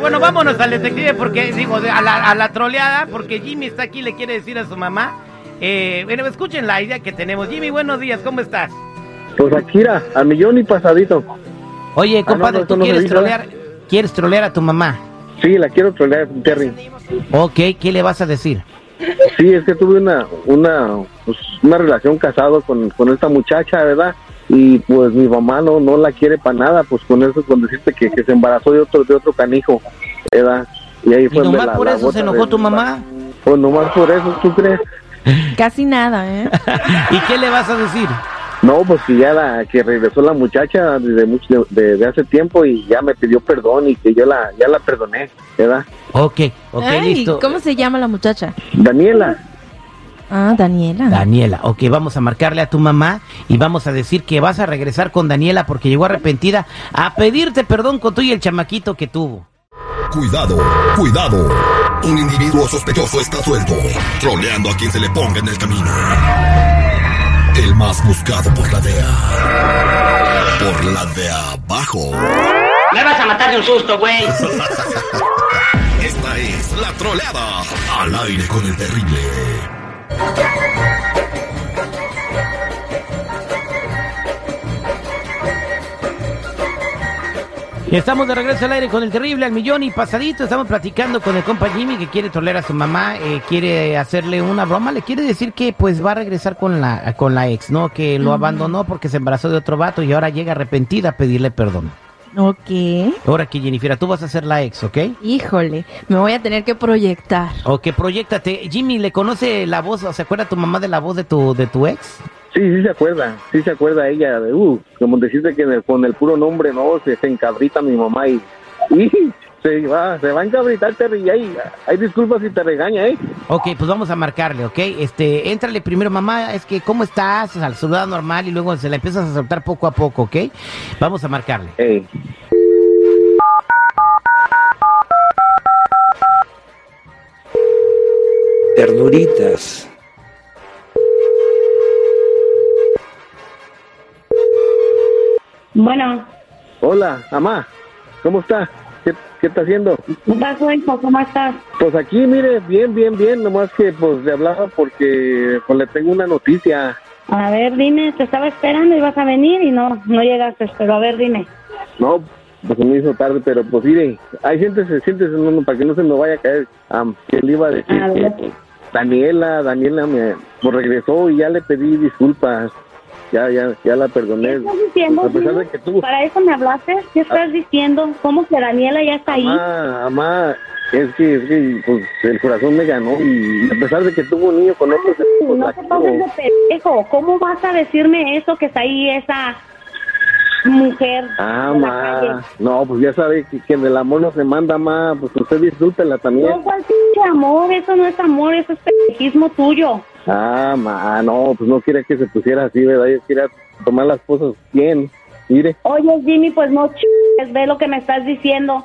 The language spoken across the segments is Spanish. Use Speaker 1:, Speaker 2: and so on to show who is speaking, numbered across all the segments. Speaker 1: Bueno, vámonos al detective porque, digo, de- a la, a la troleada, porque Jimmy está aquí, le quiere decir a su mamá. Eh, bueno, escuchen la idea que tenemos. Jimmy, buenos días, ¿cómo estás?
Speaker 2: Pues Akira, a millón y pasadito.
Speaker 1: Oye,
Speaker 2: no,
Speaker 1: compadre,
Speaker 2: no,
Speaker 1: ¿tú
Speaker 2: eso no se
Speaker 1: quieres
Speaker 2: dice.
Speaker 1: trolear, quieres trolear a tu mamá?
Speaker 2: Sí, la quiero trolear, Terry.
Speaker 1: Ok, ¿qué le vas a decir?
Speaker 2: Sí, es que tuve una una pues, una relación casado con, con esta muchacha, ¿verdad? Y pues mi mamá no no la quiere para nada, pues con eso con decirte que, que se embarazó de otro de otro canijo, ¿verdad? Y ahí
Speaker 1: ¿Y
Speaker 2: fue donde
Speaker 1: nomás
Speaker 2: pues, la-
Speaker 1: por
Speaker 2: la
Speaker 1: eso se
Speaker 2: gota
Speaker 1: enojó
Speaker 2: de-
Speaker 1: tu mamá?
Speaker 2: Pues nomás por eso, ¿tú crees?
Speaker 3: Casi nada, ¿eh?
Speaker 1: ¿Y qué le vas a decir?
Speaker 2: No, pues que ya la que regresó la muchacha desde mucho de, de hace tiempo y ya me pidió perdón y que yo la ya la perdoné, ¿verdad?
Speaker 1: Ok, ok,
Speaker 3: Ay,
Speaker 1: listo.
Speaker 3: ¿Cómo se llama la muchacha?
Speaker 2: Daniela,
Speaker 3: Ah, Daniela.
Speaker 1: Daniela, ok, vamos a marcarle a tu mamá y vamos a decir que vas a regresar con Daniela porque llegó arrepentida a pedirte perdón con tú y el chamaquito que tuvo.
Speaker 4: Cuidado, cuidado. Un individuo sospechoso está suelto, troleando a quien se le ponga en el camino. El más buscado por la DEA. Por la de abajo.
Speaker 5: Me vas a matar de un susto, güey.
Speaker 4: Esta es la troleada. Al aire con el terrible.
Speaker 1: Y Estamos de regreso al aire con el terrible al millón y pasadito. Estamos platicando con el compa Jimmy que quiere trolear a su mamá, eh, quiere hacerle una broma, le quiere decir que pues va a regresar con la con la ex, ¿no? Que lo abandonó porque se embarazó de otro vato y ahora llega arrepentida a pedirle perdón.
Speaker 3: Ok.
Speaker 1: Ahora aquí, Jennifer, tú vas a ser la ex, ¿ok?
Speaker 3: Híjole, me voy a tener que proyectar.
Speaker 1: Ok, proyectate. Jimmy, ¿le conoce la voz o se acuerda tu mamá de la voz de tu, de tu ex?
Speaker 2: sí, sí se acuerda, sí se acuerda ella de, uh, como decirte que en el- con el puro nombre, no, se, se encabrita mi mamá y, y se va, se va a encabritar, Terry, y ahí, ahí disculpa si te regaña, ¿eh?
Speaker 1: Ok, pues vamos a marcarle, ¿ok? Este, éntrale primero, mamá, es que ¿cómo estás? Al saludado normal y luego se la empiezas a soltar poco a poco, ¿ok? Vamos a marcarle.
Speaker 2: Ey.
Speaker 6: Ternuritas.
Speaker 7: Bueno,
Speaker 2: Hola, mamá, ¿cómo está? ¿Qué, ¿Qué está haciendo?
Speaker 7: ¿qué pasó, hijo? ¿Cómo estás?
Speaker 2: Pues aquí, mire, bien, bien, bien, nomás que pues le hablaba porque pues, le tengo una noticia.
Speaker 7: A ver, dime, te estaba esperando, ibas a venir y no, no llegaste, pero a ver, dime.
Speaker 2: No, pues se me hizo tarde, pero pues mire, ahí siéntese, siéntese, no, no, para que no se me vaya a caer. Am, que le iba a decir
Speaker 7: A
Speaker 2: que,
Speaker 7: ver.
Speaker 2: pues, Daniela, Daniela me pues, regresó y ya le pedí disculpas. Ya, ya, ya la
Speaker 7: ¿Qué
Speaker 2: perdoné.
Speaker 7: estás diciendo?
Speaker 2: Pues, a pesar
Speaker 7: Dino?
Speaker 2: de que Ah. tuvo...
Speaker 7: ¿Para eso me hablaste? ¿Qué estás diciendo? ¿Cómo que Daniela ya está ahí?
Speaker 2: Amá, amá, es que, es que pues, el corazón me ganó y a pesar de que tuvo un niño con otro... pues,
Speaker 7: Ah, No
Speaker 2: la
Speaker 7: te
Speaker 2: quiero.
Speaker 7: pases de pendejo. ¿Cómo vas a decirme eso que está ahí esa mujer?
Speaker 2: Ah,
Speaker 7: de la
Speaker 2: ma.
Speaker 7: calle?
Speaker 2: No, pues ya sabe que, que en el amor no se manda, ma. Pues usted disfrútela también.
Speaker 7: No, cuál pinche amor, eso no es amor, eso es pendejismo tuyo.
Speaker 2: Ah, ma, no, pues no quería que se pusiera así, ¿verdad? Yo quería tomar las cosas bien. Mire,
Speaker 7: Oye, Jimmy, pues no chingues, ve lo que me estás diciendo.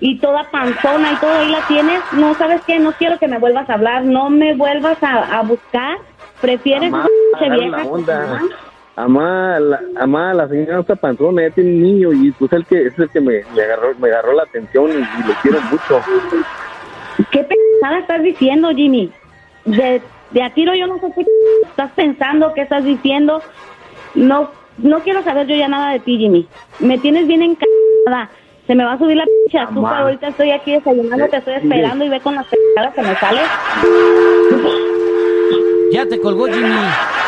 Speaker 7: Y toda panzona y todo ahí la tienes. No, ¿sabes qué? No quiero que me vuelvas a hablar. No me vuelvas a, a buscar. ¿Prefieres
Speaker 2: amá,
Speaker 7: esa pinche
Speaker 2: agarra
Speaker 7: vieja
Speaker 2: la
Speaker 7: que tu
Speaker 2: onda.
Speaker 7: mamá?
Speaker 2: Amá, la, amá, la señora no está panzona, ya tiene un niño y pues el que, es el que me, me agarró, me agarró la atención y, y lo quiero mucho.
Speaker 7: ¿Qué pendejada estás diciendo, Jimmy? De, de a tiro yo no sé qué ch- estás pensando, qué estás diciendo. No, no quiero saber yo ya nada de ti, Jimmy. Me tienes bien encantada. Se me va a subir la pinche
Speaker 2: Amá.
Speaker 7: azúcar. Ahorita estoy aquí desayunando, te estoy
Speaker 2: Eh,
Speaker 7: esperando y ve con las pendejadas que me sales.
Speaker 1: Ya te colgó Jimmy.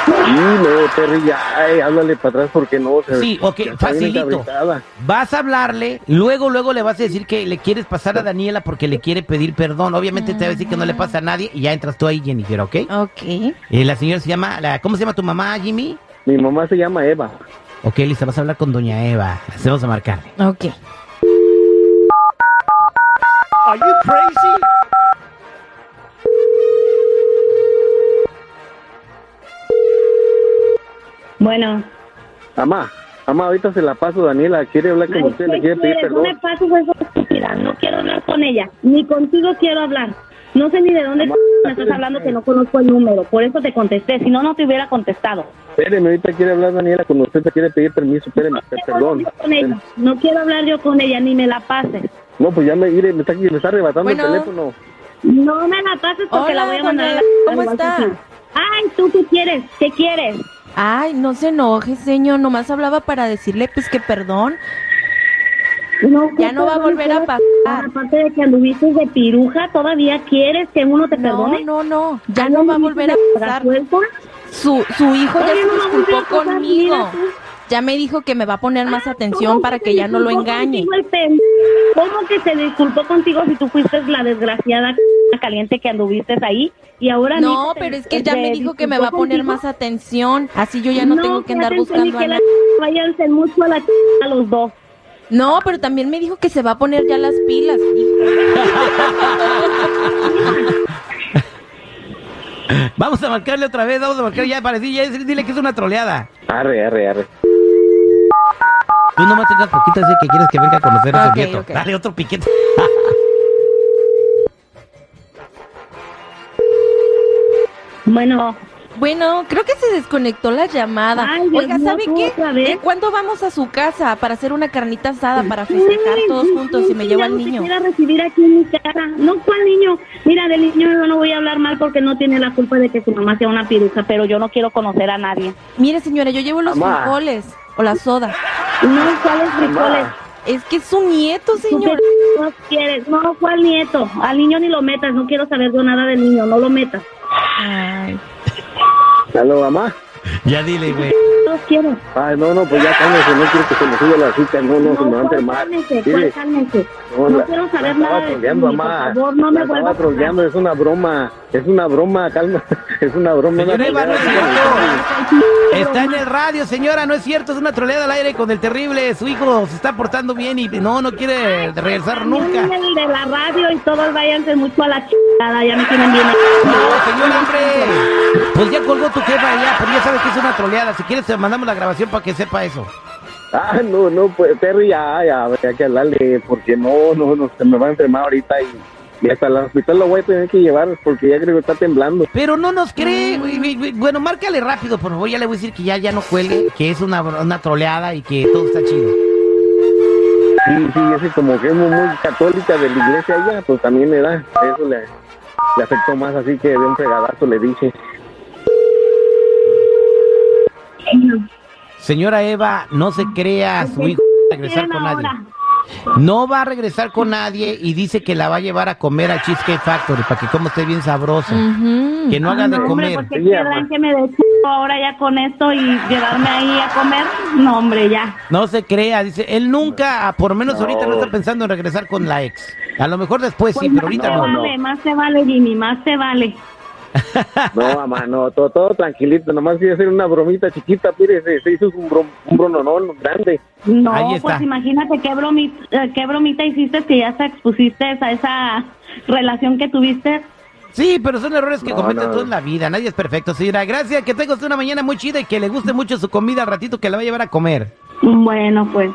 Speaker 2: Y no, Terry, ya, ay, háblale para atrás porque no. se-
Speaker 1: Sí, ok,
Speaker 2: ya está bien
Speaker 1: facilito.
Speaker 2: encabritada.
Speaker 1: Vas a hablarle, luego, luego le vas a decir que le quieres pasar a Daniela porque le quiere pedir perdón. Obviamente te va a decir que no le pasa a nadie y ya entras tú ahí, Jennifer, ¿ok?
Speaker 3: Ok.
Speaker 1: Eh, la señora se llama, la- ¿cómo se llama tu mamá, Jimmy?
Speaker 2: Mi mamá se llama Eva.
Speaker 1: Ok, lista, vas a hablar con doña Eva. Así Vamos a marcarle.
Speaker 3: Ok.
Speaker 7: Bueno.
Speaker 2: Amá, amá, ahorita se la paso, Daniela. Quiere hablar con
Speaker 7: Ay,
Speaker 2: usted, le
Speaker 7: ¿qué
Speaker 2: quiere pedir
Speaker 7: quieres?
Speaker 2: perdón.
Speaker 7: No me pases esa estúpida, no quiero hablar con ella, ni contigo quiero hablar. No sé ni de dónde
Speaker 2: Mamá,
Speaker 7: me estás
Speaker 2: espérame.
Speaker 7: hablando que no conozco el número, por eso te contesté, si no, no te hubiera contestado.
Speaker 2: Espéreme, ahorita quiere hablar Daniela con usted, te quiere pedir permiso, espéreme,
Speaker 7: No quiero
Speaker 2: perdón.
Speaker 7: hablar yo con ella, no quiero hablar yo con ella, ni me la pases.
Speaker 2: No, pues ya me, mire, me, está, me está arrebatando
Speaker 3: Bueno.
Speaker 2: el teléfono.
Speaker 7: No me la pases porque
Speaker 3: Hola,
Speaker 7: la voy a mandar. a la-
Speaker 3: doña- ¿cómo
Speaker 7: al
Speaker 3: está?
Speaker 7: Washington. Ay, tú qué quieres, ¿qué quieres?
Speaker 3: Ay, no se enoje, señor. Nomás hablaba para decirle, pues que perdón.
Speaker 7: No,
Speaker 3: Ya
Speaker 7: ¿qué
Speaker 3: no va a
Speaker 7: perdón
Speaker 3: volver a
Speaker 7: quieres?
Speaker 3: pasar.
Speaker 7: Aparte de que anduviste de piruja, ¿todavía quieres que uno te
Speaker 3: No,
Speaker 7: perdone? Ah,
Speaker 3: no, no. Ya no va a volver a pasar. Su, su hijo ya
Speaker 7: Oye,
Speaker 3: se
Speaker 7: no va a volver
Speaker 3: disculpó
Speaker 7: a pasar,
Speaker 3: conmigo.
Speaker 7: mira pues. tú.
Speaker 3: Ya me dijo que me va a poner más
Speaker 7: ¿Cómo
Speaker 3: atención para
Speaker 7: pues,
Speaker 3: que
Speaker 7: se
Speaker 3: ya no lo
Speaker 7: disculpó
Speaker 3: engañe.
Speaker 7: contigo el pen- ¿Cómo que se disculpó contigo si tú fuiste la desgraciada c- caliente que anduviste ahí? Y ahora
Speaker 3: No,
Speaker 7: Nita te-
Speaker 3: pero es que ya
Speaker 7: te
Speaker 3: me dijo que me va a
Speaker 7: disculpó
Speaker 3: poner
Speaker 7: contigo.
Speaker 3: más atención. Así yo ya no tengo que andar
Speaker 7: fíjate,
Speaker 3: buscando
Speaker 7: Feli,
Speaker 3: a
Speaker 7: que la
Speaker 3: nadie.
Speaker 7: c- Váyanse mucho a la c- a los dos.
Speaker 3: No, pero también me dijo que se va a poner ya las pilas.
Speaker 1: Vamos a marcarle otra vez, vamos a marcar ya para decir, ya decir- dile que es una troleada.
Speaker 2: Arre, arre, arre.
Speaker 1: Tú nomás tengas poquito así que quieres que venga a conocer a
Speaker 3: Ok,
Speaker 1: su nieto.
Speaker 3: ok.
Speaker 1: Dale otro piquete.
Speaker 7: Bueno,
Speaker 3: Bueno, creo que se desconectó la llamada.
Speaker 7: Ay, Dios
Speaker 3: Oiga,
Speaker 7: mío,
Speaker 3: ¿sabe
Speaker 7: ¿tú
Speaker 3: qué?
Speaker 7: otra vez?
Speaker 3: ¿De cuándo vamos a su casa para hacer una carnita asada, para festejar
Speaker 7: Ay,
Speaker 3: todos
Speaker 7: sí,
Speaker 3: juntos
Speaker 7: sí,
Speaker 3: y me
Speaker 7: sí,
Speaker 3: llevo
Speaker 7: ya
Speaker 3: al
Speaker 7: no te
Speaker 3: niño?
Speaker 7: quiera recibir aquí en mi casa. No, ¿cuál niño? Mira, del niño yo no voy a hablar mal porque no tiene la culpa de que su mamá sea una piruja, pero yo no quiero conocer a nadie.
Speaker 3: Mire, señora, yo llevo los
Speaker 2: Mamá.
Speaker 3: frijoles o la soda.
Speaker 7: No, ¿cuáles frijoles?
Speaker 3: Es que es su nieto,
Speaker 7: ¿Tú qué
Speaker 3: señor.
Speaker 7: chingados quieres? No, ¿cuál nieto? Al niño ni lo metas, no quiero saber yo nada del niño, no lo metas.
Speaker 3: Ay,
Speaker 2: ¿Aló, mamá?
Speaker 1: Ya dile, güey.
Speaker 7: Todos quieren.
Speaker 2: Ay, no, no, pues ya cálmese, no quiero que se me suba la azúcar, no, no, se me va a enfermar.
Speaker 7: cálmense,
Speaker 2: Mire,
Speaker 7: ¿cuál cálmense?
Speaker 2: no,
Speaker 7: No,
Speaker 2: la-
Speaker 7: quiero
Speaker 2: la
Speaker 7: saber
Speaker 2: estaba
Speaker 7: nada de
Speaker 2: troleando,
Speaker 7: ti, por
Speaker 2: mamá.
Speaker 7: favor, no
Speaker 2: La
Speaker 7: me vuelvas
Speaker 2: estaba
Speaker 7: a
Speaker 2: troleando, es una broma, es una broma, calma, es una broma.
Speaker 1: Señora
Speaker 2: una
Speaker 1: Eva, no es
Speaker 2: troleada.
Speaker 1: cierto. Está en el radio, señora, no es cierto, es una troleada al aire con el terrible. Su hijo se está portando bien y no, no quiere regresar nunca.
Speaker 7: Viene el de la radio y todos váyanse mucho a la chingada, ya me tienen bien.
Speaker 1: No, señor, hombre. Pues ya colgó tu jefa ya, pero ya sabes que es una troleada. Si quieres te mandamos la grabación para que sepa eso.
Speaker 2: Ah, no, no, pues Terry, ya, ya, habría que hablarle, porque no, no, no, se me va a enfermar ahorita y, y hasta el hospital lo voy a tener que llevar porque ya creo que está temblando.
Speaker 1: Pero no nos cree. güey, güey, güey. Bueno, márcale rápido, por favor. Ya le voy a decir que ya, ya no cuelgue, que es una, bro- una troleada y que todo está chido.
Speaker 2: Sí, sí, ese como que es muy, muy católica de la iglesia allá, pues también le da, eso le, le afectó más, así que de un fregadazo le dije.
Speaker 1: Señora Eva, no se crea su hijo va a regresar con nadie. No va a regresar con nadie y dice que la va a llevar a comer al Cheesecake Factory para que coma usted bien sabroso.
Speaker 3: ujú.
Speaker 1: Que no haga de comer.
Speaker 7: Mm. Hombre, porque
Speaker 2: Sí,
Speaker 7: querrán
Speaker 2: amor.
Speaker 7: que me dé ch- ahora ya con esto y llevarme ahí a comer. No, hombre, ya.
Speaker 1: No se crea, dice, él nunca, ah, por menos ahorita no está pensando en regresar con la ex. A lo mejor después sí,
Speaker 7: Pues
Speaker 1: pero ahorita
Speaker 7: más
Speaker 1: no.
Speaker 7: te vale, más te vale, Jimmy, más te vale.
Speaker 2: No, mamá, no, todo, todo tranquilito, nomás quería hacer una bromita chiquita, mire, se, se hizo un, brom, un brononón grande.
Speaker 7: No,
Speaker 1: Ahí está.
Speaker 7: pues imagínate qué bromita, qué bromita hiciste que ya te expusiste a esa relación que tuviste.
Speaker 1: Sí, pero son errores que
Speaker 2: No,
Speaker 1: cometen
Speaker 2: no.
Speaker 1: todos en la vida, nadie es perfecto. Señora, gracias, que tenga usted una mañana muy chida y que le guste mucho su comida al ratito que la va a llevar a comer.
Speaker 7: Bueno, pues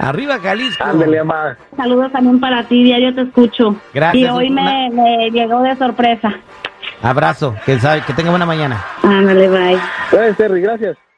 Speaker 1: Arriba Jalisco.
Speaker 2: Ándale, mamá.
Speaker 7: saludos también para ti, diario te escucho.
Speaker 1: Gracias,
Speaker 7: Y hoy me, me llegó de sorpresa.
Speaker 1: Abrazo, que sabe, que tenga buena mañana.
Speaker 7: Ándale, bye.
Speaker 2: Gracias, Terry, gracias.